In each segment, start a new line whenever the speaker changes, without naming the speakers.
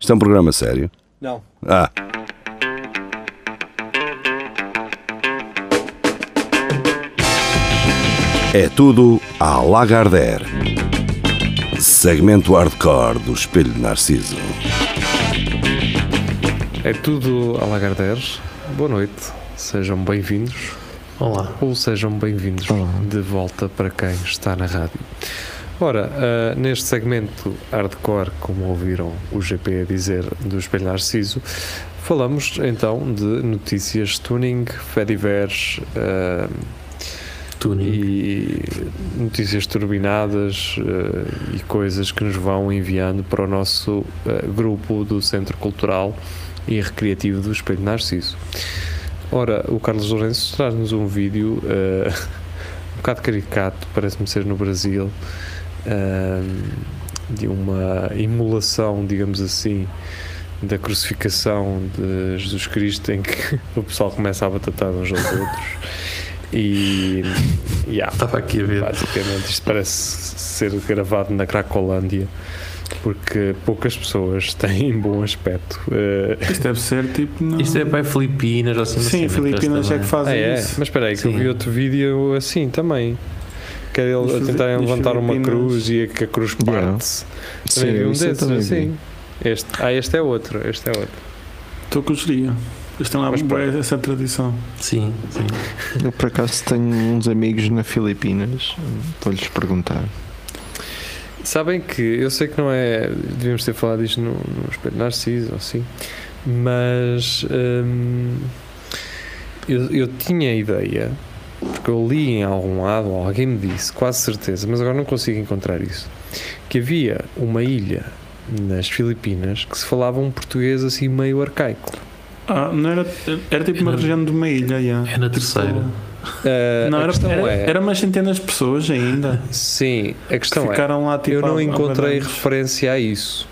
Isto é um programa sério.
Não.
Ah, é tudo à Lagardère. Segmento hardcore do Espelho de Narciso.
É tudo a Lagardère. Boa noite, sejam bem-vindos
Olá.
ou sejam bem-vindos
Olá.
de volta para quem está na rádio. Ora, ah, neste segmento hardcore, como ouviram o GP a dizer do Espelho Narciso, falamos então de notícias tuning, Fediverse ah,
Tuning.
e notícias turbinadas eh, e coisas que nos vão enviando para o nosso eh, grupo do Centro Cultural e Recreativo do Espelho Narciso. Ora, o Carlos Lourenço traz-nos um vídeo eh, um bocado caricato, parece-me ser no Brasil, eh, de uma emulação, digamos assim, da crucificação de Jesus Cristo, em que o pessoal começa a batatar uns aos outros. E. Yeah,
Estava aqui a ver.
Basicamente, isto parece ser gravado na Cracolândia, porque poucas pessoas têm bom aspecto. Eh,
Isto deve ser tipo. Não...
Isto é para Filipinas ou assim. não
Sim,
sei, mas parece
Filipinas é que
também.
fazem
ah, é?
isso.
Mas espera aí, que eu
Sim.
vi outro vídeo assim também. Que é ele
Nas
a
Fili-
tentarem
nas
levantar uma
Filipinas.
cruz e a, que a cruz
Yeah.
parte-se.
Sim,
Também vi um
isso eu
desses
também vi.
assim. Este, ah, este é outro, este é outro.
Estou com geria. Eles têm lá
Mas
bué
pronto.
essa tradição.
Sim, sim.
Eu por acaso tenho uns amigos na Filipinas, vou-lhes perguntar.
Sabem que eu sei que não é. Devíamos ter falado isto no, no Espelho Narciso ou assim, mas hum, eu, eu tinha a ideia, porque eu li em algum lado, ou alguém me disse, quase certeza, mas agora não consigo encontrar isso, que havia uma ilha nas Filipinas que se falava um português assim meio arcaico.
Ah, não era. Era tipo uma
Era-
região de uma ilha. Yeah. Tipo,
É na terceira.
Ah,
Não,
a
era,
questão
era,
é,
era umas centenas de pessoas ainda.
Sim, a
Que
questão é.
ficaram lá tipo.
Eu
há-
não
há
encontrei
bananas.
referência a isso,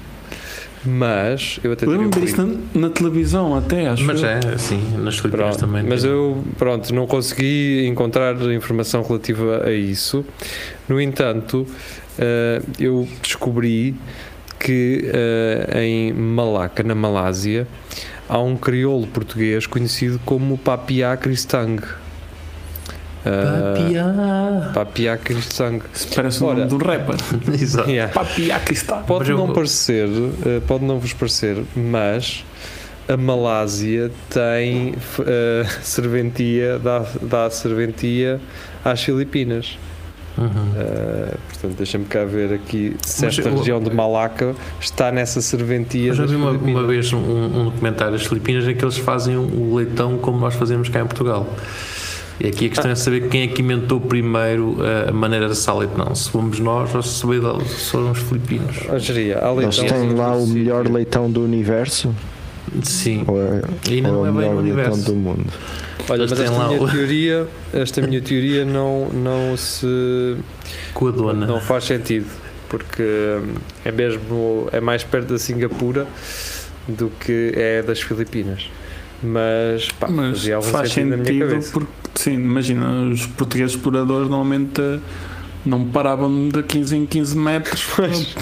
mas eu até tirei um
Lembro-me
print.
disso na, na televisão até, acho.
Mas
eu.
é, assim, nas Filipinas
Pronto,
também.
mas
tem.
eu, pronto, não consegui encontrar informação relativa a isso. No entanto, eh, eu descobri que eh, em Malaca, na Malásia, há um crioulo português conhecido como Papiá Cristang. Eh,
Papiá!
Papiá Cristang.
Isso Parece o
Ora.
nome de um rapper.
Exato.
Yeah.
Papiá está.
Pode
Mas eu-
não parecer, eh, pode não vos parecer, mas a Malásia tem f- eh, serventia, dá, dá serventia às Filipinas.
Uhum.
Eh, portanto, deixa-me cá ver aqui se
Mas
esta
eu-
região de Malaca está nessa serventia
Eu já
das
vi uma,
Filipinas.
uma vez um, um documentário das Filipinas em que eles fazem o leitão como nós fazemos cá em Portugal. E aqui a questão é saber quem é que inventou primeiro a, a maneira de assar leitão. Se fomos nós ou se soube- se foram os filipinos.
Oh, geria, há
Eles
leitão.
têm lá o
sim.
melhor leitão do universo?
Sim.
Ou é,
E ainda não
ou é
é
o
bem
melhor
o
leitão
universo.
do mundo?
Olha,
eles
mas
têm
esta
lá
minha,
o-
teoria, esta minha teoria não, não se
Com a dona.
Não faz sentido, porque hum, é mesmo é mais perto da Singapura do que é das Filipinas. Mas, pá,
Mas
fazia algum
faz
sentido, na minha
sentido
cabeça.
porque, sim, imagina, os portugueses exploradores normalmente não paravam de 15 em 15 metros,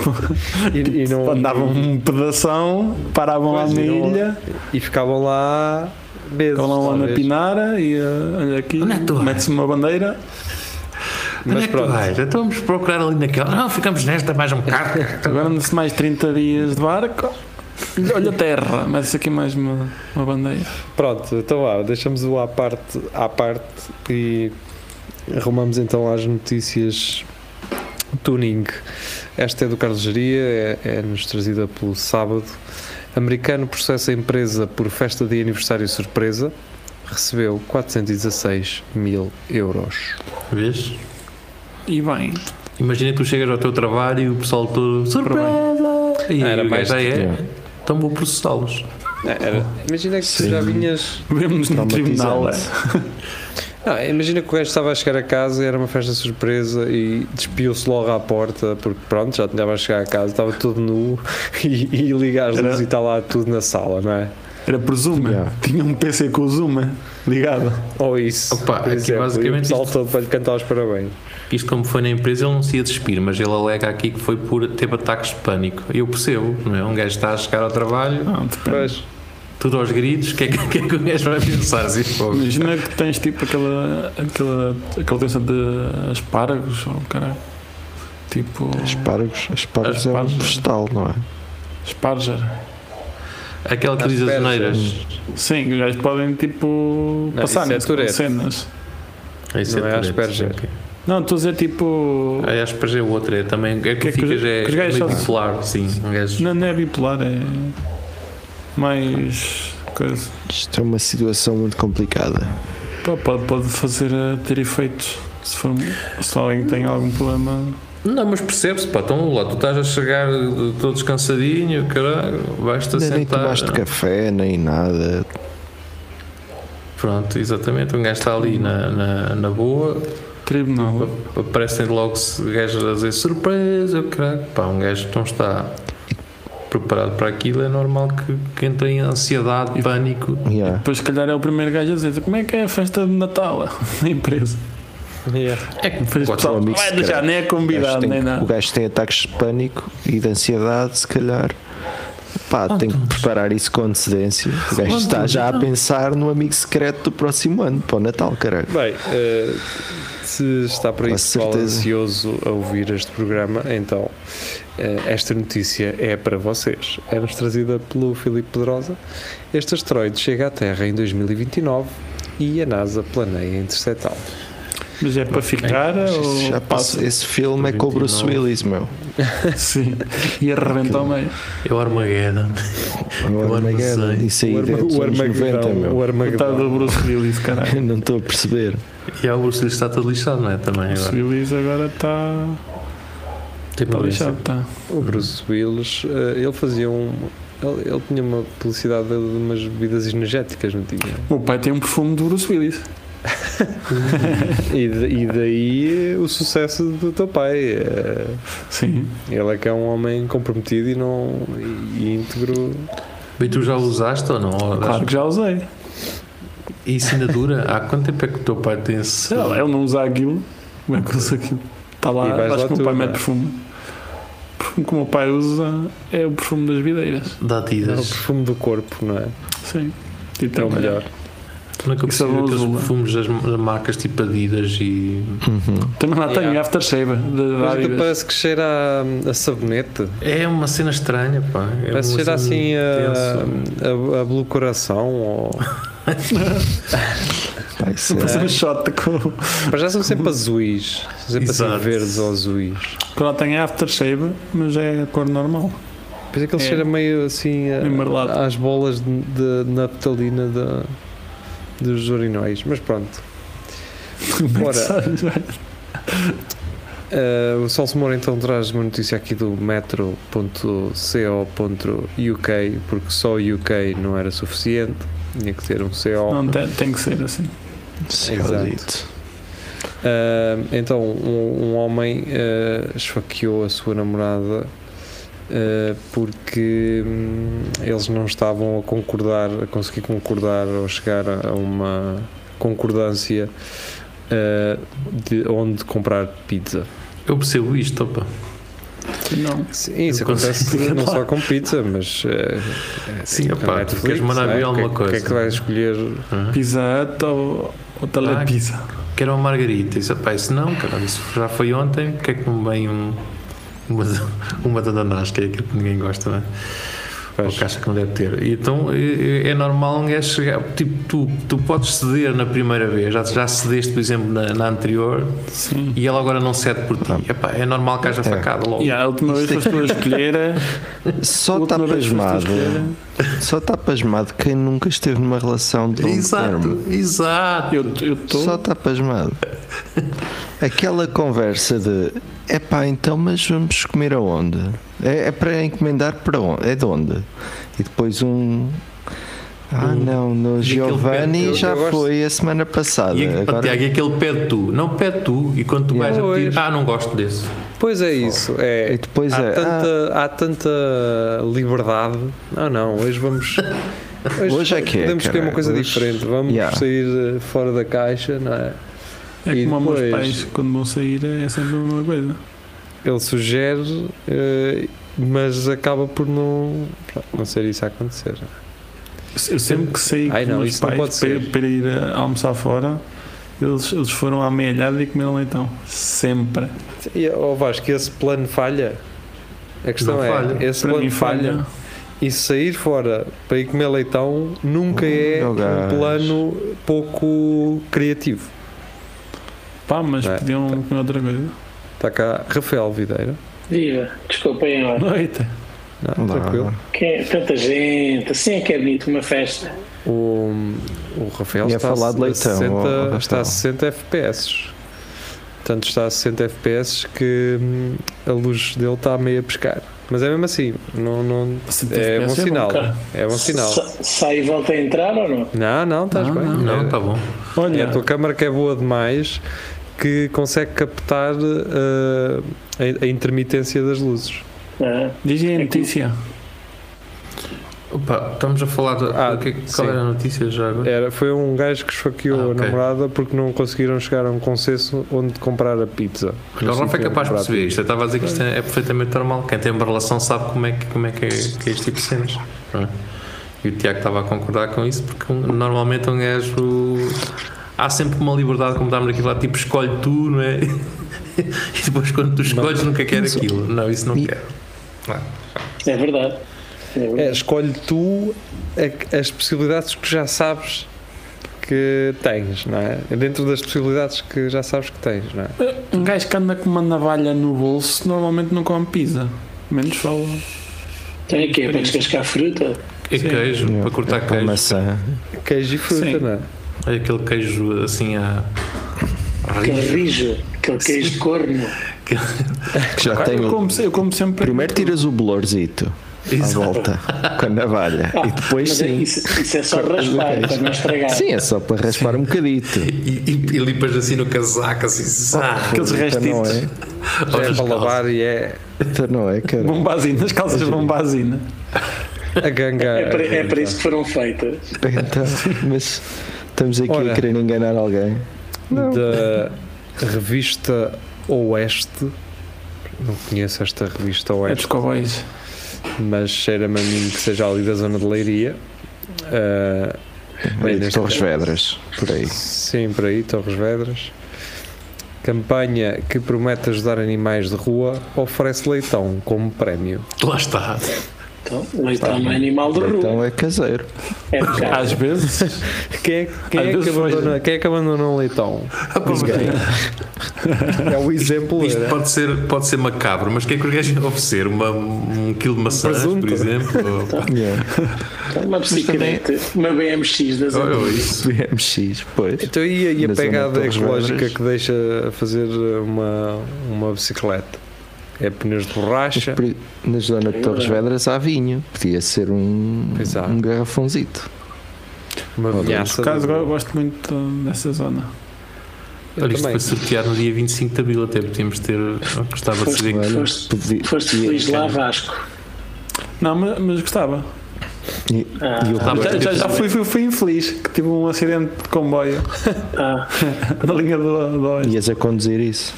E, e não,
andavam um pedação, paravam
Pois,
lá na
e não-
ilha,
e ficavam lá meses.
estavam lá um na
talvez.
Pinara e ah, olha aqui,
Onde é que tu vais?
mete-se uma bandeira.
Onde
Mas
é que tu
pronto,
vais? Então vamos procurar ali naquela. Não, ficamos nesta mais um bocado.
Agora anda-se mais 30 dias de barco. Olha a terra, mete-se aqui mais uma, uma bandeira.
pronto, então vá, deixamos-o à parte, à parte e arrumamos então às notícias tuning. Esta é do Carlos Geria, é- é-nos trazida pelo sábado. Americano processa a empresa por festa de aniversário surpresa. Recebeu 416 mil euros.
Vês?
E bem,
Imagina que tu chegas ao teu trabalho e o pessoal todo. Surpresa! E
Ah, era
o
mais
gajo, "Ah,
que-
é. Então vou processá-los.
imagina que tu
Sim.
já vinhas.
vemos-nos no tribunal. eh,
Traumatizante.
Não, imagina que o gajo estava a chegar a casa e era uma festa surpresa e despiu-se logo à porta porque pronto, já estava a chegar a casa, estava todo nu e, e liga as
Era-
luzes e está lá tudo na sala, não é?
Era por Zuma,
Yeah.
tinha um PC com o Zuma ligado.
Ou isso.
Opa,
por
aqui
exemplo, e o
basicamente
pessoal
isto-
todo para lhe cantar os parabéns.
que isto, como foi na empresa, ele não se ia despir, mas ele alega aqui que foi por teve ataques de pânico. Eu percebo, não é? Um gajo está a chegar ao trabalho,
Não, depende.
tudo aos gritos, o que, é que, o que é que o gajo vai pensar? Assim, pô,
Imagina que tens tipo aquela, aquela, aquela doença de aspargos ou caralho. Tipo.
Aspargos, aspargos, é um
Aspargos.
vegetal, não é?
Asparger.
aquela que diz as
Asperger.
neiras.
Sim, que os gajos podem tipo.
Não,
passar
isso é
nisso,
Tourette.
cenas.
Isso
Não é
Tourette,
Asperger.
ok.
Não, estou a dizer tipo.
Ah, é Asperger é outra, é também. É que,
Que é que
ficas
os-
é,
que os gajos
meio
só-
bipolar, sim. Um gajo
Não, não é bipolar, é. Mais. Coisa.
Isto é uma situação muito complicada.
Pá, pode, pode fazer eh, ter efeitos. Se, for, se alguém tem algum problema.
Não, mas percebe-se, pá, então lá, tu estás a chegar eh, todo descansadinho, caralho, vais-te a
Ainda é nem
sentar.
tomaste café, nem nada.
Pronto, exatamente, um gajo está ali na, na, na boa,
Tribunal.
ap- aparecem logo se- gajos a dizer surpresa, caralho, pá, um gajo que não está preparado para aquilo, é normal que, que entre em ansiedade, pânico,
Yeah.
Depois, se calhar, é o primeiro gajo a dizer como é que é a festa de Natal na empresa.
é que
Depois, o
pode-
pessoal,
amigo
vai
secreto.
já, nem é
O gajo
convidado,
tem-
nem
o
nada.
gajo tem ataques de pânico e de ansiedade, se calhar. Pá,
Ah,
tem
então,
que preparar isso com antecedência. O gajo está já a pensar no amigo secreto do próximo ano, para o Natal, caralho.
Bem, eh, se está por aí
Com
pessoal
certeza.
ansioso a ouvir este programa, então eh, esta notícia é para vocês. É-nos trazida pelo Filipe Pedrosa. Este asteroide chega à Terra em 2029 e a NASA planeia interceptá-lo.
Mas é para ficar ou
Já passa,
passa?
esse filme é com o Bruce
29.
Willis, meu.
Sim. E arrebenta ao meio.
é o Armageddon.
O Armageddon,
armazém.
isso aí
Arma-
dentro dos anos 90,
o
é, meu.
Coitado
Armagedão.
do Bruce Willis, caralho.
Não estou a perceber.
E há o Bruce Lee está todo lixado, não é? Também
Bruce
agora.
Willis agora tá- está
Tem
tá
uma
lixado,
lista.
está.
O Bruce Willis, eh, ele fazia um. Ele, ele tinha uma publicidade de umas bebidas energéticas, não tinha?
O pai tem um perfume do Bruce Willis.
E, da- e daí eh, o sucesso do teu pai. eh,
Sim.
Ele é que é um homem comprometido e não e íntegro.
E tu já usaste ou não? Ou
Claro que já usei.
Isso ainda dura? Há quanto tempo é que o teu pai tem esse.
Se ele ele não é um usar aquilo, como é que usa aquilo? Está
E
lá,
vais lá
acho que o
tu,
meu pai
não é?
mete perfume. O perfume que o meu pai usa é o perfume das videiras.
É o
datidas.
perfume do corpo, não é?
Sim.
É
Então,
o melhor.
Tu nunca
Isso é
percebi aqueles
azul, não é?
perfumes das das marcas tipo Adidas e.
Uhum.
Também lá tem
Yeah.
aftershave da
Mas aquilo
Adidas.
parece que cheira a, a sabonete.
É uma cena estranha, pá. É
parece
uma
cheirar assim
tenso.
a, a, a Blue Coração. Ou...
Vai ser.
Fazer
é.
um shot com.
Mas já são sempre azuis. São sempre assim
Exato.
verdes ou azuis.
Quando ela tem aftershave, mas é a cor normal.
Depois aquele
É.
cheira meio assim a-
Meio marelado.
às bolas de, de naftalina da- dos urinóis. Mas pronto.
é
Ora, Eh, o Sol Moura então traz uma notícia aqui do metro.co.uk porque só UK não era suficiente, tinha que ter um CO.
Não, tem, tem que ser assim.
Exato.
Saudito.
Ah, então, um, um homem ah, esfaqueou a sua namorada ah, porque hum, eles não estavam a concordar, a conseguir concordar ou chegar a uma concordância ah, de onde comprar pizza.
Eu percebo isto, opa.
Não.
Sim, isso
Eu consigo
acontece
ficar
não
lá.
só com pizza, mas. eh, eh,
Sim,
com
opá, tu
Netflix,
queres mandar
não é?
ver
O que é-
alguma
O que é
coisa.
que vais escolher?
Pizza Hut ou, ou Telepizza?
Quero uma margarita. Isso, pá, isso não, caralho. Isso já foi ontem. Porque é que me vem um, uma, uma de ananás, que é aquilo que ninguém gosta, não é? Ou que acha que não deve ter. E então é, é normal um gajo chegar. Tipo, tu, tu podes ceder na primeira vez. Já, já cedeste, por exemplo, na, na anterior
Sim.
e ela agora não cede por ti. Epá, é normal que haja
É.
facada logo.
E a última vez
é
foste tu a escolher, é a
Só está
última vez foste tu a
pasmado.
escolher.
Só está pasmado quem nunca esteve numa relação de longo termo.
Exato, exato.
Eu eu
Só
estou.
está pasmado. Aquela conversa de epá, então, mas vamos comer aonde? É, é para encomendar para onde? É de onde? E depois um. Ah,
Um-
não, no
aquele pé-
Giovanni
eu-
já
eu gosto-
foi a semana passada.
E, a-
Agora,
Tiago, e aquele pede tu, não pede tu, e quando tu vais a
Pois.
pedir, ah, não gosto desse.
Pois é, isso. É,
e depois
há,
é. ah,
tanta, há tanta liberdade. Ah, não, hoje vamos.
Hoje é que é,
Podemos escolher uma
caralho,
coisa
hoje-
diferente. Vamos
Yeah.
sair eh, fora da caixa, não é?
É
E
como os meus
depois-
pais, quando vão sair, é sempre a mesma coisa.
Ele sugere, eh, mas acaba por não, não ser isso a acontecer.
Eu sempre que saí
Ai,
com
não,
os meus
isso não
pais
pode ser.
para, para ir a almoçar fora, eles, eles foram à meia-alhada e comeram leitão. Sempre.
E, oh Vasco, esse plano falha? A questão
Não
é,
falha.
esse
Para
plano
mim
falha.
falha.
E sair fora para ir comer leitão nunca é
Oh,
um
gajo.
plano pouco criativo.
Pá, mas
É,
podiam comer outra coisa.
Está Tá cá Rafael Videira.
Viva, desculpem lá.
Noite.
Não,
Lá.
tranquilo.
Que é tanta gente, assim é que é bonito uma festa.
O, o Rafael
Ia
está,
é falar de
a
leitão,
60,
ó, Rafael.
está a 60 FPS. Portanto, está a 60 FPS que hum, a luz dele está meio a pescar. Mas é mesmo assim, não, não, é bom
FPS é bom,
sinal.
cara.
É bom sinal.
Sa- Sai e volta a entrar ou não?
Não, não, estás
Não,
bem.
não.
Não,
É-
está bom.
É
Olha,
a tua câmara que é boa demais que consegue captar uh, a, a intermitência das luzes.
Ah,
diz aí a notícia.
Opa, estamos a falar de.
Ah,
o que-
sim.
qual era a notícia já agora?
Era, foi um gajo que esfaqueou
Ah, ok.
a namorada porque não conseguiram chegar a um consenso onde comprar a pizza. Assim
o Rafa é
Conseguiram
capaz de
comprar
perceber isto. Eu estava a dizer que isto é, é perfeitamente normal. Quem tem uma relação sabe como é que, como é, que é, que é este tipo de cenas. não é? E o Tiago estava a concordar com isso porque um- normalmente um gajo. Há sempre uma liberdade, como estávamos aqui lá, tipo escolhe tu, não é? E depois quando tu escolhes nunca quer aquilo. Não, isso não
E-
quer.
é verdade. É
pizza. É,
verdade.
escolhe tu a- as possibilidades que já sabes que tens, não é? Dentro das possibilidades que já sabes que tens, não é?
Um gajo que anda com uma navalha no bolso normalmente não come pizza. Menos fala.
Então é que é para descascar fruta?
É queijo,
Não,
para cortar
é com
queijo.
maçã.
Queijo e fruta,
Sim.
não é?
É aquele queijo assim a.
Aquele rijo, aquele queijo de corno.
Que já tem
Eu
o-
como, eu como sempre.
Primeiro tiras o bolorzito à
Exato.
volta com a navalha e depois
Mas é-
sim.
Isso, isso é só raspar, para não estragar.
Sim, é só para raspar um bocadito.
E, e, e limpas assim no casaco, assim, zá,
Aqueles
Então não
restitos.
é,
Já é para lavar e é
Então não é, cara.
Bombazina, as calças bombazina.
a ganga.
É para, é para isso que foram feitas.
Então, mas estamos aqui
Ora.
a querer enganar alguém.
da revista Oeste. Não conheço esta revista
É
Oeste,
dos cowboys.
mas cheira-me a mim que seja ali da zona de Leiria. Ah, bem,
Aí, de
neste
Torres
caso,
Vedras, por aí.
Sim, por aí, Torres Vedras. Campanha que promete ajudar animais de rua oferece leitão como prémio.
Lá está.
Então, leitão é um animal de rua.
Tá. Então é caseiro.
É de casa.
Às vezes.
Quem é, quem
Às
é que,
vezes foi.
abandona, quem é que abandona um leitão? É o exemplo.
Isto
era.
pode ser, pode ser macabro, mas o que é que o gajo ia oferecer? Uma, um quilo de maçãs,
Presunto.
por exemplo?
Yeah.
Então, Uma bicicleta, uma BMX das
ou, ou
antigas.
isso.
BMX, pois.
Então e a, e a
Na zona de
pegada
Torres
ecológica
Vedras.
que deixa fazer eh, uma, uma bicicleta? É pneus de borracha?
Por- Na zona de Torres Vedras há vinho. Podia ser um,
Pois há.
um garrafonzito.
Uma
Por
vinhaça?
acaso
de-
agora eu gosto muito dessa zona.
Eu
Olha, isto
também.
foi sortear no dia 25 de abril, até podíamos ter. eu Gostava de saber que.
Olha,
foste-
podia-
Foste
e-
feliz lá, Vasco.
Não, mas, mas gostava.
E,
Ah,
e o
Tá bem.
Já, então, já, já fui, fui, fui infeliz que tive um acidente de comboio
ah,
na linha do, do oeste.
Ias a conduzir isso.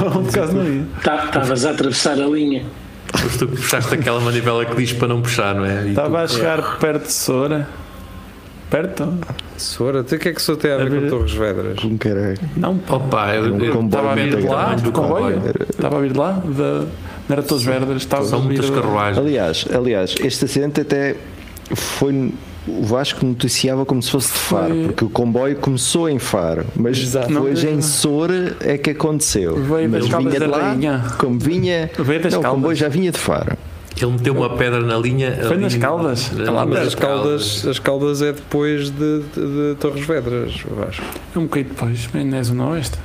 Não, por acaso não ia.
tá- Estavas a atravessar a linha.
Foste tu que puxaste aquela manivela que diz para não puxar, não é? E tu-
Estava a chegar perto de Soura. Perto?
Sora, até o que é que isso tem a ver
A ver-
com Torres Vedras?
Com caralho.
Não,
Opa,
Era
eu
um
eu
comboio
estava a
muito
ver lá
grande.
do comboio.
Estava a vir de lá, da não era Torres Verdes, estava
São
a vir
muitas
do-
carruagens.
Aliás, aliás, este acidente até foi. O Vasco noticiava como se fosse de Faro,
Foi-
porque o comboio começou em Faro, mas
Exato.
Não,
hoje em
não.
Soura é que aconteceu.
Veio
mas
das Caldas
vinha de
da
lá,
Rainha.
como vinha.
Veio das
Não, o
Caldas.
comboio já vinha de Faro.
Ele meteu uma pedra na linha.
Foi
ali
nas
no-
Caldas.
ali
Lá,
Mas
nas
as caldas, as caldas é depois de, de- de Torres Vedras, eu acho.
Um bocadinho depois, bem, não é Zona Oeste.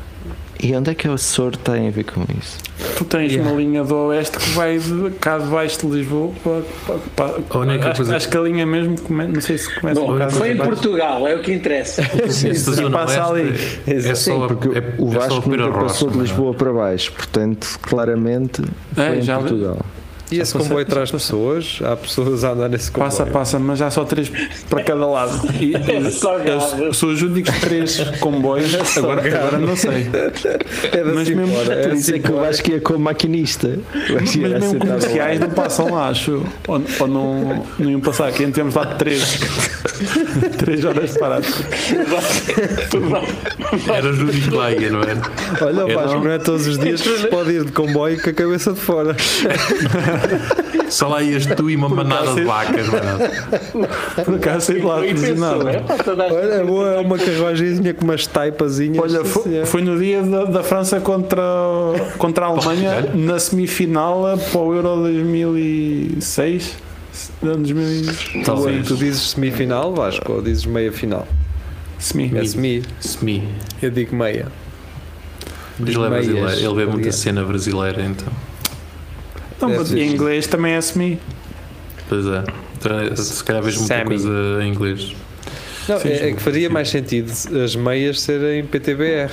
E onde é que o Soura tem a ver com isso?
Tu tens uma linha do Oeste que vai de cá de baixo de Lisboa para. para, para
A única
acho,
coisa-
acho que a linha mesmo, come, não sei se começa
Bom,
um bocado
foi em
mais baixo.
Portugal, é o que interessa.
Esta
E
zona
passa
oeste É
Sim,
só a-
porque
é-
o
é só a
Vasco
pera
nunca
rocha,
passou de
não é?
Lisboa para baixo, portanto, claramente
É,
foi em
já-
Portugal.
E esse
passa-
comboio traz pessoas, há pessoas a andar nesse comboio.
Passa, passa, mas há só três para cada lado. E,
É só
eu
gado.
sou os únicos três comboios. Agora, agora não sei.
É
Era
Mas
assim,
mesmo-
fora, era
por isso é
assim, que o Vasco ia com o maquinista. O
Mas
Vasco ia
mesmo
sentado lá.
comerciais não passam lá, acho. Ou, ou não, não iam passar aqui. Ainda temos lá três. três horas paradas.
Era Judislaia, não era?
Olha, o
Eu
Vasco
não.
não é todos os dias que se pode ir de comboio com a cabeça de fora.
Só lá ias tu e uma manada de vacas, mano.
Por acaso sei lá, não diz nada.
Olha, boa, é uma carruagenzinha com umas taipazinhas.
Olha,
Sim,
foi,
senhor.
foi no dia da, da França contra, o- contra a Alemanha, na semifinal para o Euro 2006. 2000,
Talvez.
Tu dizes semifinal, Vasco, ou dizes meia final?
Semi.
É semi,
Semi.
eu digo meia.
Mas ele é
Meias.
brasileiro. Ele vê muita
Aliás.
cena brasileira, então.
Não, Então,
Deve
mas
ser.
em inglês também é semi.
Pois é. Então, Se calhar vês muita
Sammy.
coisa em inglês.
Não,
Sim,
é, é
sim.
que faria mais sentido as meias serem PTBR,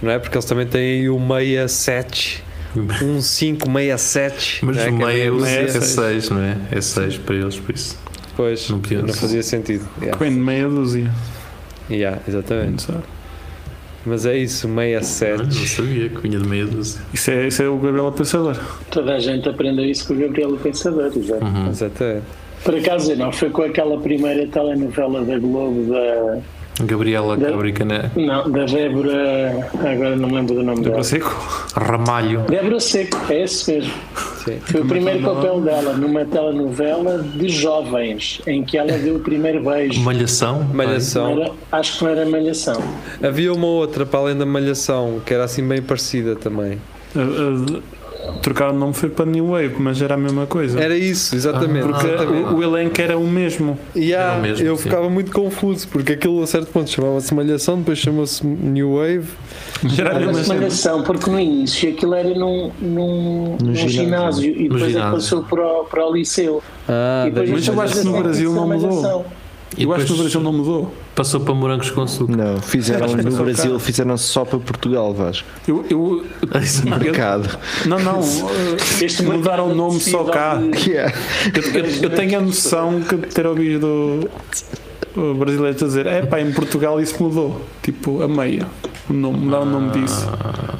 não é? Porque eles também têm aí o um 67, 1567.
Mas
não é?
o
Que
meio é, o-
meia
é
é seis.
6, não é? É 6 para eles, por isso.
Pois,
não
não,
podia ser.
fazia sentido.
Que
Yeah.
vem de meia dúzia.
Yeah,
Não
exatamente.
sei.
Mas é isso,
Olha, Não
67.
sabia que vinha de meia dúzia.
Isso é, isso é o Gabriel Pensador.
Toda a gente aprendeu isso com o Gabriel o Pensador, exato.
Uhum.
Exatamente.
Por acaso eu não, foi com aquela primeira telenovela da Globo da.
Gabriela né?
Da-
Cabricana
Não, da Débora. Agora não me lembro do nome
Do
dela.
Seco.
Ramalho.
Débora Seco, é esse mesmo.
Sim.
Foi
é
o primeiro papel dela numa telenovela de jovens, em que ela deu o primeiro beijo.
Malhação. é?
Malhação.
Era- acho que não era malhação.
Havia uma outra para além da malhação que era assim bem parecida também.
Trocar o nome foi para New Wave, mas era a mesma coisa.
Era isso,
Ah,
exatamente.
Porque
exatamente.
o, o elenco era o mesmo.
E há-
Era o mesmo,
eu
sim.
ficava muito confuso porque aquilo a certo ponto chamava-se malhação, depois chamou-se New Wave.
Era a mesma
Era-se
cena.
malhação, porque no início aquilo era num, num, num
ginásio.
ginásio, e depois é que
ginásio.
passou para o, para o liceu.
Ah,
e depois
Mas eu
as
acho que no
pessoas
Brasil
dizem
não
que isso é
mudou.
malhação.
E
Eu acho que no
depois
Brasil não mudou.
Passou para morangos com açúcar.
Não, fizeram
Acho que
no
só
Brasil,
cá.
fizeram só para Portugal, Vasco.
Eu, eu-
Mercado.
não, não.
Este
Mudaram o nome só cá.
mercado de-
Yeah.
Eu, eu tenho a noção que de ter ouvido o brasileiro a dizer: é pá, em Portugal isso mudou. Tipo, a meia. O nome, mudaram o nome disso.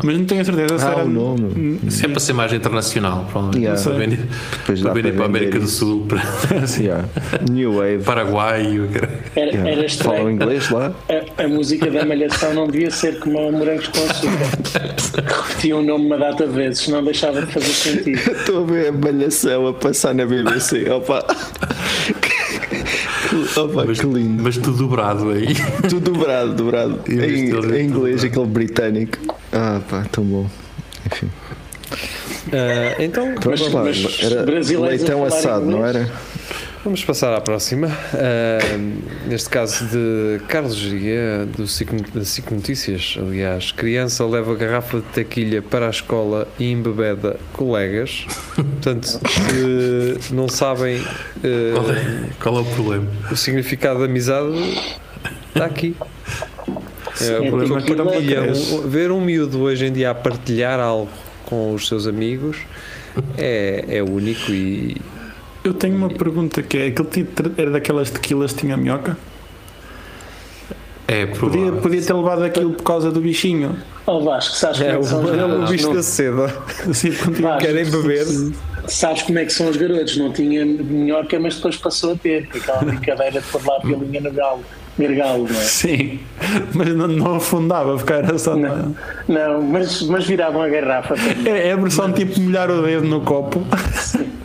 Mas não tenho a certeza se
Ah,
era.
o nome.
É para ser mais internacional, provavelmente.
Yeah.
Para vender
Depois
para,
dá
vender para a América
vender
do
isso.
Sul, para assim,
Yeah. New Wave.
Paraguai. o caralho.
Era,
Yeah.
era
Falam
estranho.
inglês lá?
A, a música da Malhação não devia ser como a Morangos com Açúcar. Repetia o nome uma data de vezes, não deixava de fazer sentido.
Estou a ver a malhação a passar na BBC. Opa! Que- Opa,
Mas,
que lindo.
mas tudo dobrado aí.
Tudo dobrado, dobrado.
E é viste
Em,
eles-
em inglês, aquele britânico. Ah, pá, tão bom. Enfim.
Ah, então
Pronto,
Mas-
lá,
mas
era
brasileiros a
leitão
falar
assado, não
inglês?
era?
vamos passar à próxima. Ah, neste caso de Carlos Gia, do Cic da Cic Notícias, aliás. Criança leva garrafa de taquilha para a escola e embebeda colegas. Portanto, se não sabem
Qual
ah,
é, qual é o problema?
o significado da amizade, está aqui. É,
É
o problema é que
tipo que
é um-
cresce.
ver um miúdo hoje em dia a partilhar algo com os seus amigos é, é único e,
Eu tenho uma pergunta que é: aquele título era daquelas tequilas que tinha minhoca?
É
Podia,
provável.
podia ter levado aquilo por causa do bichinho.
Ó Vasco, sabes como
É,
é
o,
que são os
é o
garotos?
bicho
não-
da seda.
Assim, continua.
Vasco,
Querem beber?
Sabes como é que são os garotos? Não tinha minhoca, mas depois passou a ter. com Aquela brincadeira de pôr lá a pilinha no galo. Gargalo, não é?
Sim, mas não, não afundava, porque era só.
Não. Não, mas, mas viravam a garrafa.
É, é a versão tipo molhar o dedo no copo.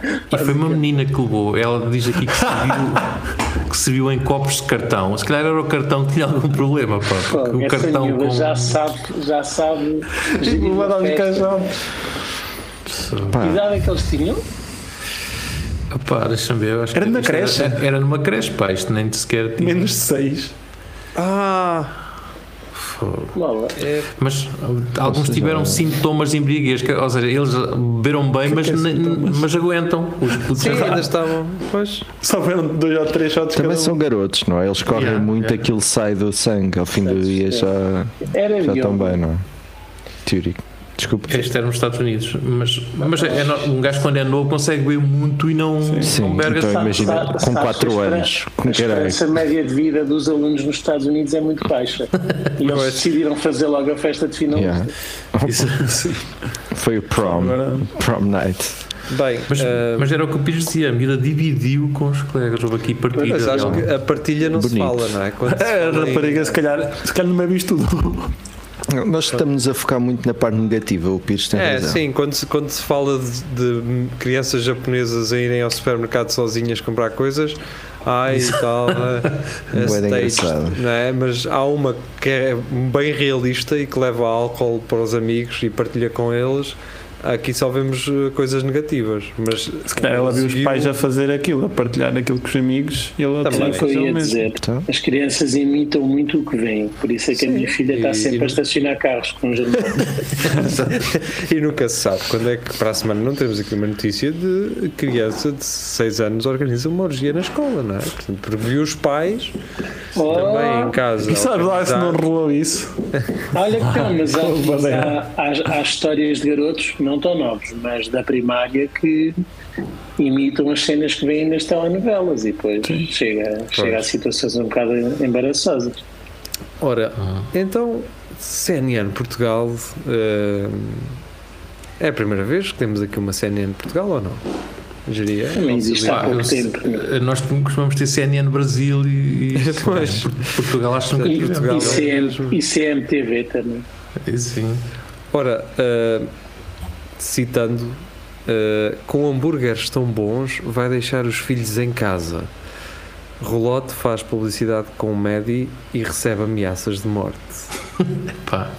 E foi uma menina que levou. Ela diz aqui que se viu, que se viu em copos de cartão. Se calhar era o cartão que tinha algum problema. Pá, porque o
Essa
cartão
miúda
com.
já sabe, já sabe. gerir uma
Levar um
festa.
caixão.
Que idade é que eles tinham?
Pá, deixa-me ver. eu acho
Era
que
na
isto
creche?
Era, era numa creche, pá. Isto nem sequer tinha.
Menos de 6.
Ah,
Lola,
Mas uh, alguns tiveram sintomas de embriaguez, que- ou seja, eles beberam bem, mas, ne- mas aguentam. Os, os
sim, é ainda estavam. Pois.
Só foram dois ou três shots
Também
cada um.
são garotos, não é? Eles correm
Yeah,
muito,
yeah.
aquilo sai do sangue. Ao fim do dia já,
era
já estão
miúdo.
bem, não é? Teórico. Desculpa.
Este era nos Estados Unidos. Mas, mas é- é no- um gajo quando é novo consegue beber muito e não, não
Sim,
berga
então imagina,
sabe-
com
sabe-
4
sabe-
anos, como
A
que era
esperança média de vida dos alunos nos Estados Unidos é muito baixa. E eles decidiram fazer logo a festa de finalista.
Yeah. Foi o prom, prom night.
Bem,
Mas,
ah,
mas era o que o Pires dizia, a miúda dividiu com os colegas, houve aqui partilha.
mas acho que a partilha não se
Bonito.
fala, não é? Quando se
A
fala em-
rapariga, se calhar, se calhar não me é visto tudo.
Nós estamos a focar muito na parte negativa, o Pires tem
É,
razão.
sim, quando se, quando se fala de, de crianças japonesas a irem ao supermercado sozinhas comprar coisas, ai e tal, é,
Bué
é stage,
de engraçado.
não é? mas há uma que é bem realista e que leva álcool para os amigos e partilha com eles. Aqui só vemos eh, coisas negativas, mas
Se calhar ela viu os
conseguiu-
pais a fazer aquilo, a partilhar aquilo com os amigos e ela decidiu
Também.
Era o que eu
fazer é o
ia
mesmo.
dizer.
Então?
As crianças imitam muito o que veem. Por isso é que a minha filha está
e-
sempre
e-
a estacionar carros com um jornal.
E nunca se sabe quando é que para a semana não temos aqui uma notícia de criança de 6 anos organiza uma orgia na escola, não é? Portanto, previu os pais
Oh,
também em casa.
E sabe lá se é não
organizar-
rolou isso?
Olha que não, mas há, mas
bem.
há- há- há histórias de garotos, não tão novos, mas da primária, que imitam as cenas que vêm nas telenovelas e depois chega, chega a situações um bocado embaraçosas.
Ora, então, CNN Portugal. eh, é a primeira vez que temos aqui uma CNN Portugal ou não? Diria.
Também existe há
Pá,
pouco
eu-
tempo. é?
Nós costumamos ter CNN Brasil e, e
Pois.
Portugal, acho que
E,
nunca
Portugal. é?
e,
tivemos.
CM, e CMTV também.
E Sim.
Ora, eh, citando, eh, com hambúrgueres tão bons, vai deixar os filhos em casa. Rolote faz publicidade com o Medi e recebe ameaças de morte.
Pá,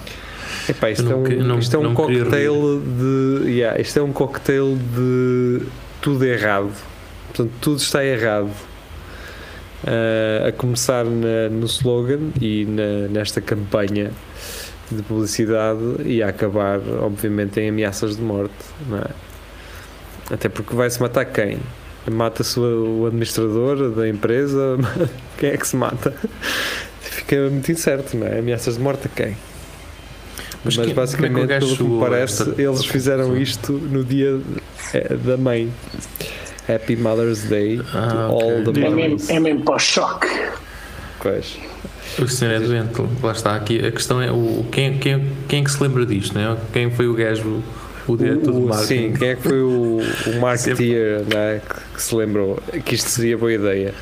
Epá, isto,
Eu não
é um,
que- não-
isto é um
não queria
cocktail de. Yeah, isto é um cocktail de tudo errado. Portanto, tudo está errado. Ah, a começar na- no slogan e na- nesta campanha de publicidade e a acabar, obviamente, em ameaças de morte. não é? Até porque vai-se matar quem? Mata-se o o administrador da empresa? Quem é que se mata? Fica muito incerto, não é? Ameaças de morte a quem? Mas,
Mas quem-
basicamente,
como é que o gajo
pelo que me
chegou a
parece,
esta-
eles
esta
fizeram
conclusão?
isto no dia eh, da mãe. Happy Mother's Day to
Ah,
all
ok.
the
Diz-me-
É mesmo,
mothers.
é mesmo para o choque.
Pois.
o senhor é doente, lá está. Aqui a questão é o, quem, quem, quem é que se lembra disto, não é? Quem foi o gajo, o diretor do
O- o-
marketing?
Sim, quem é que foi o, o marketeer não é, que, que se lembrou que isto seria boa ideia?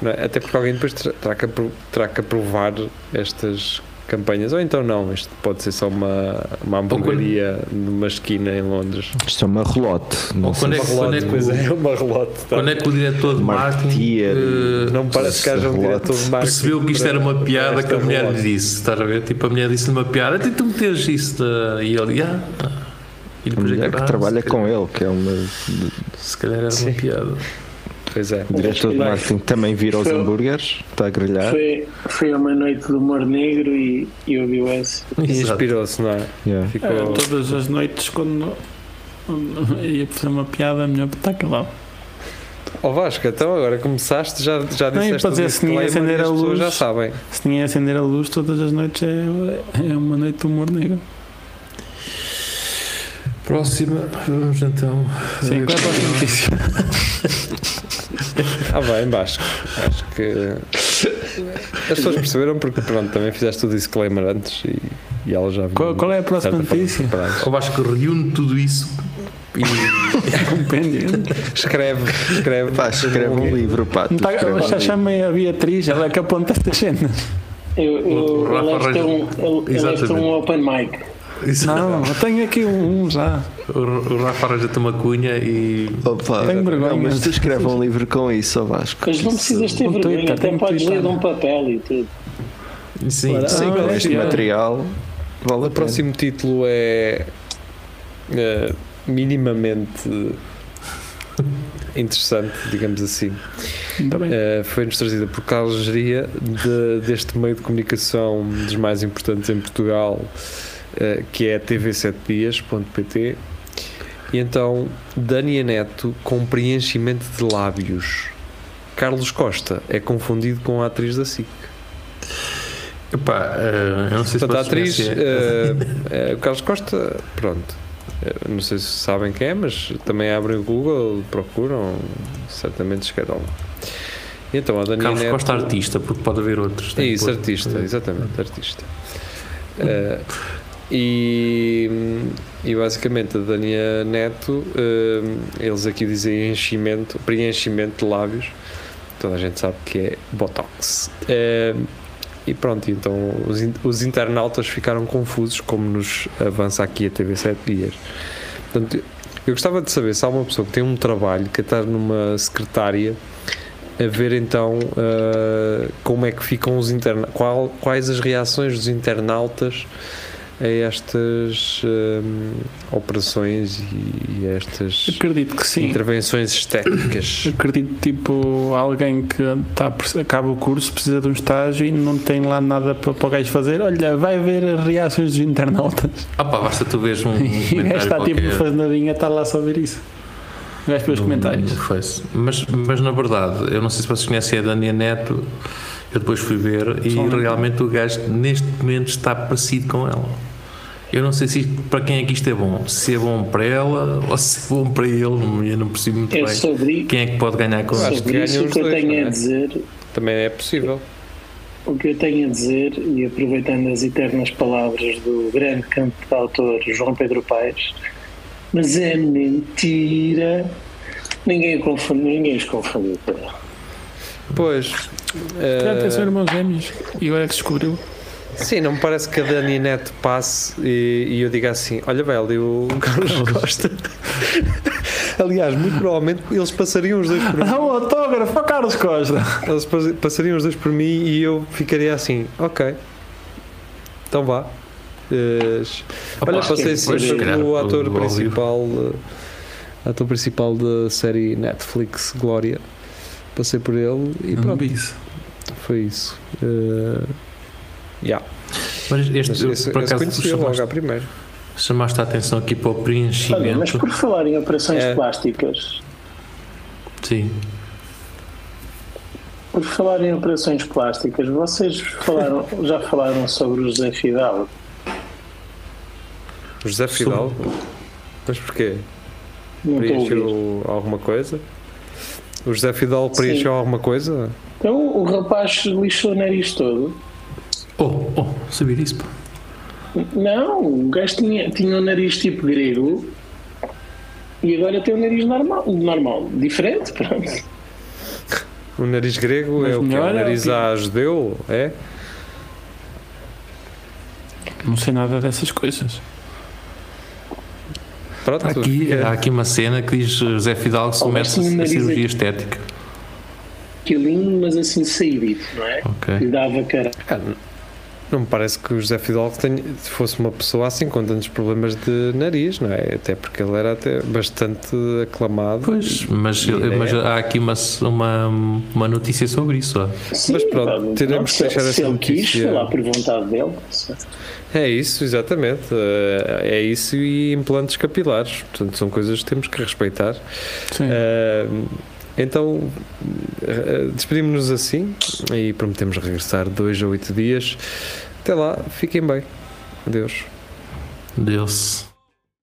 Não é? Até porque alguém depois tra- terá que apro- terá que aprovar estas campanhas, ou então não, isto pode ser só uma, uma hamburgueria numa esquina em Londres.
Isto é uma relote. Não
Ou
sei
quando é,
se-
que- quando é que,
Pois
o-
é, uma relote. tá?
quando é que o diretor de marketing
Marketeer.
eh,
Não parece que haja um
Relote.
diretor de marketing.
percebeu que isto era uma
para- para
piada
esta
que a mulher
relote.
lhe disse, estás a ver? Tipo, a mulher disse-lhe uma piada, até tu meteres isso da- e ele, ah, ah." e
A
depois
mulher
acaba,
é que
"Ah,
trabalha
se
com
calhar-
ele, que é uma
Se calhar era
Sim.
uma piada.
Pois é.
diretor de
Bem,
marketing, também vira os
foi-
hambúrgueres, está a grelhar.
Foi, foi uma noite do humor negro e, e ouviu esse.
E
Exato.
inspirou-se, não é?
Yeah.
Ficou.
É, todas as noites, quando ia fazer uma piada, "Tá melhor para estar calado.
Ó Vasco, então agora começaste, já, já
Não, e
disseste
para dizer,
o
se ninguém acender
disclaimer e as
a
pessoas
luz-
já sabem.
Se ninguém acender a luz, todas as noites é, é uma noite de humor negro.
Próxima, vamos então.
Sim, qual é a próxima notícia?
Ah, bem, Vasco. Acho que as pessoas perceberam porque, pronto, também fizeste o disclaimer antes e, e elas já vinham,
Qual, qual é a
de certa
próxima
forma,
notícia?
preparadas.
Eu acho que reúne tudo isso e
Tá Compendido.
Escreve, escreve.
Pá, escreve um livro, pá. tu
Não tá-
escreve um
Já
livro.
chamei a Beatriz, ela é que aponta estas cenas.
Eu,
O
eu,
Rafa
eu levo-te um, eu- eu levo-te um
Exatamente.
open mic.
Não, eu tenho aqui um, um já.
o, o Rafa arranja-te uma cunha e.
Opa,
Tenho vergonha.
não, mas tu escreve um livro com isso, ó Vasco.
Mas não precisas ter
Um
vergonha,
Twitter,
até
um
podes
Twitter.
ler de um papel e tudo.
e Sim,
Ora,
Sim,
Ah,
com
é,
este
é.
material, vale a
O próximo título é eh, minimamente interessante, digamos assim.
Ainda bem.
Eh, Foi-nos trazida por Carlos Geria de- deste meio de comunicação dos mais importantes em Portugal, eh, que é tv7dias.pt. E então, Dania Neto com preenchimento de lábios. Carlos Costa é confundido com a atriz da SIC.
Epá, eh, eu não sei se
Portanto, a
posso
atriz,
conhecer.
eh, eh, o Carlos Costa, pronto. Eh, Não sei se sabem quem é, mas também abrem o Google, procuram, certamente chegarão lá. um. E Então, a Dani
Carlos
Neto-
Costa artista, porque pode haver outros.
É
tem
isso,
por-
artista,
É.
exatamente, artista. Eh, e, e basicamente a Dania Neto, eh, eles aqui dizem enchimento, preenchimento de lábios, toda a gente sabe que é Botox. Eh, e pronto, então os, in- os internautas ficaram confusos, como nos avança aqui a TV 7 Dias. Portanto, eu gostava de saber se há uma pessoa que tem um trabalho, que está numa secretária, a ver então eh, como é que ficam os interna qual, quais as reações dos internautas a estas eh, operações e, e a estas
Acredito que sim.
intervenções estéticas.
Acredito, tipo, alguém que tá, a perce- acaba o curso, precisa de um estágio e não tem lá nada para, para o gajo fazer. Olha, vai ver as reações dos internautas.
Ah pá, basta tu veres
E
um
o
comentário
gajo está
qualquer.
tipo fazendinha, está lá só a ver isso. O gajo pelos
no-
comentários.
no Face. Mas, mas na verdade, eu não sei se vocês conhecem a Dania Neto, eu depois fui ver e
Pessoalmente.
realmente o gajo neste momento está parecido com ela. Eu não sei se isto- para quem é que isto é bom, se é bom para ela ou se é bom para ele, eu não percebo muito
Eu
bem
sobre,
quem é que pode ganhar com
Eu
isto.
acho que
sobre isso
ganham
o
os
que eu
dois,
tenho
não
a
é?
dizer
Também é possível.
O que eu tenho a dizer, e aproveitando as eternas palavras do grande cantautor João Pedro Paes, mas é mentira. Ninguém, o confunde, ninguém os confundiu com ele.
Pois. eh,
Cara, até são irmãos gêmeos. E agora é que descobriu.
sim, não me parece que a Dani Neto passe e, e eu diga assim: olha, velho, e o Carlos Costa. Aliás, muito provavelmente eles passariam os dois por
Dá um autógrafo ao Carlos Costa.
Eles pas- passariam os dois por mim e eu ficaria assim, ok. Então vá. Eh,
Opa,
olha, passei
pois,
a
se calhar,
ser o ator
ao vivo.
principal. eh, ator principal da série Netflix Glória. Passei por ele e
Não
pronto,
vi isso.
foi isso. Eh, yeah.
Mas
Mas
este,
esse,
por
esse
acaso,
conheci logo à
chamaste,
primeira.
chamaste a atenção aqui para o
Olha, mas
preenchimento.
por falar em operações
É.
plásticas,
Sim.
por falar em operações plásticas, vocês falaram- já falaram sobre o José Fidalgo?
José Fidalgo. Mas porquê?
Não estou a ouvir.
Preencheu alguma coisa? O José Fidalgo
Sim.
preencheu alguma coisa?
Então o rapaz lixou o nariz todo.
Oh, oh, sabia disso, pá.
Não, o gajo tinha, tinha um nariz tipo grego e agora tem um nariz normal, normal diferente, pronto.
O nariz grego
Mas
é o que?
melhor é
O
o
nariz
quê?
A judeu? É?
Não sei nada dessas coisas.
Pronto,
Há Aqui,
é.
há Tá aqui uma cena que diz José Fidalgo
Oh, mas
submete-se
tinha é. um
a
nariz
cirurgia
aqui.
estética.
Quilinho, mas assim saídito, não é?
Ok.
E dava cara.
Ah, n- não me parece que o José Fidalgo tenha, se fosse uma pessoa assim com tantos problemas de nariz, não é? Até porque ele era até bastante aclamado.
Pois, mas,
Ideia.
mas há aqui uma, uma, uma notícia sobre isso. ó.
Sim,
Mas pronto,
pá,
teremos que
se,
deixar
se
essa
ele quis,
notícia.
foi lá por vontade dele.
É isso, exatamente. Eh, É isso e implantes capilares. Portanto, são coisas que temos que respeitar.
Sim.
Eh, então, eh, despedimos-nos assim e prometemos regressar dois a oito dias. Até lá, fiquem bem. Adeus.
Deus.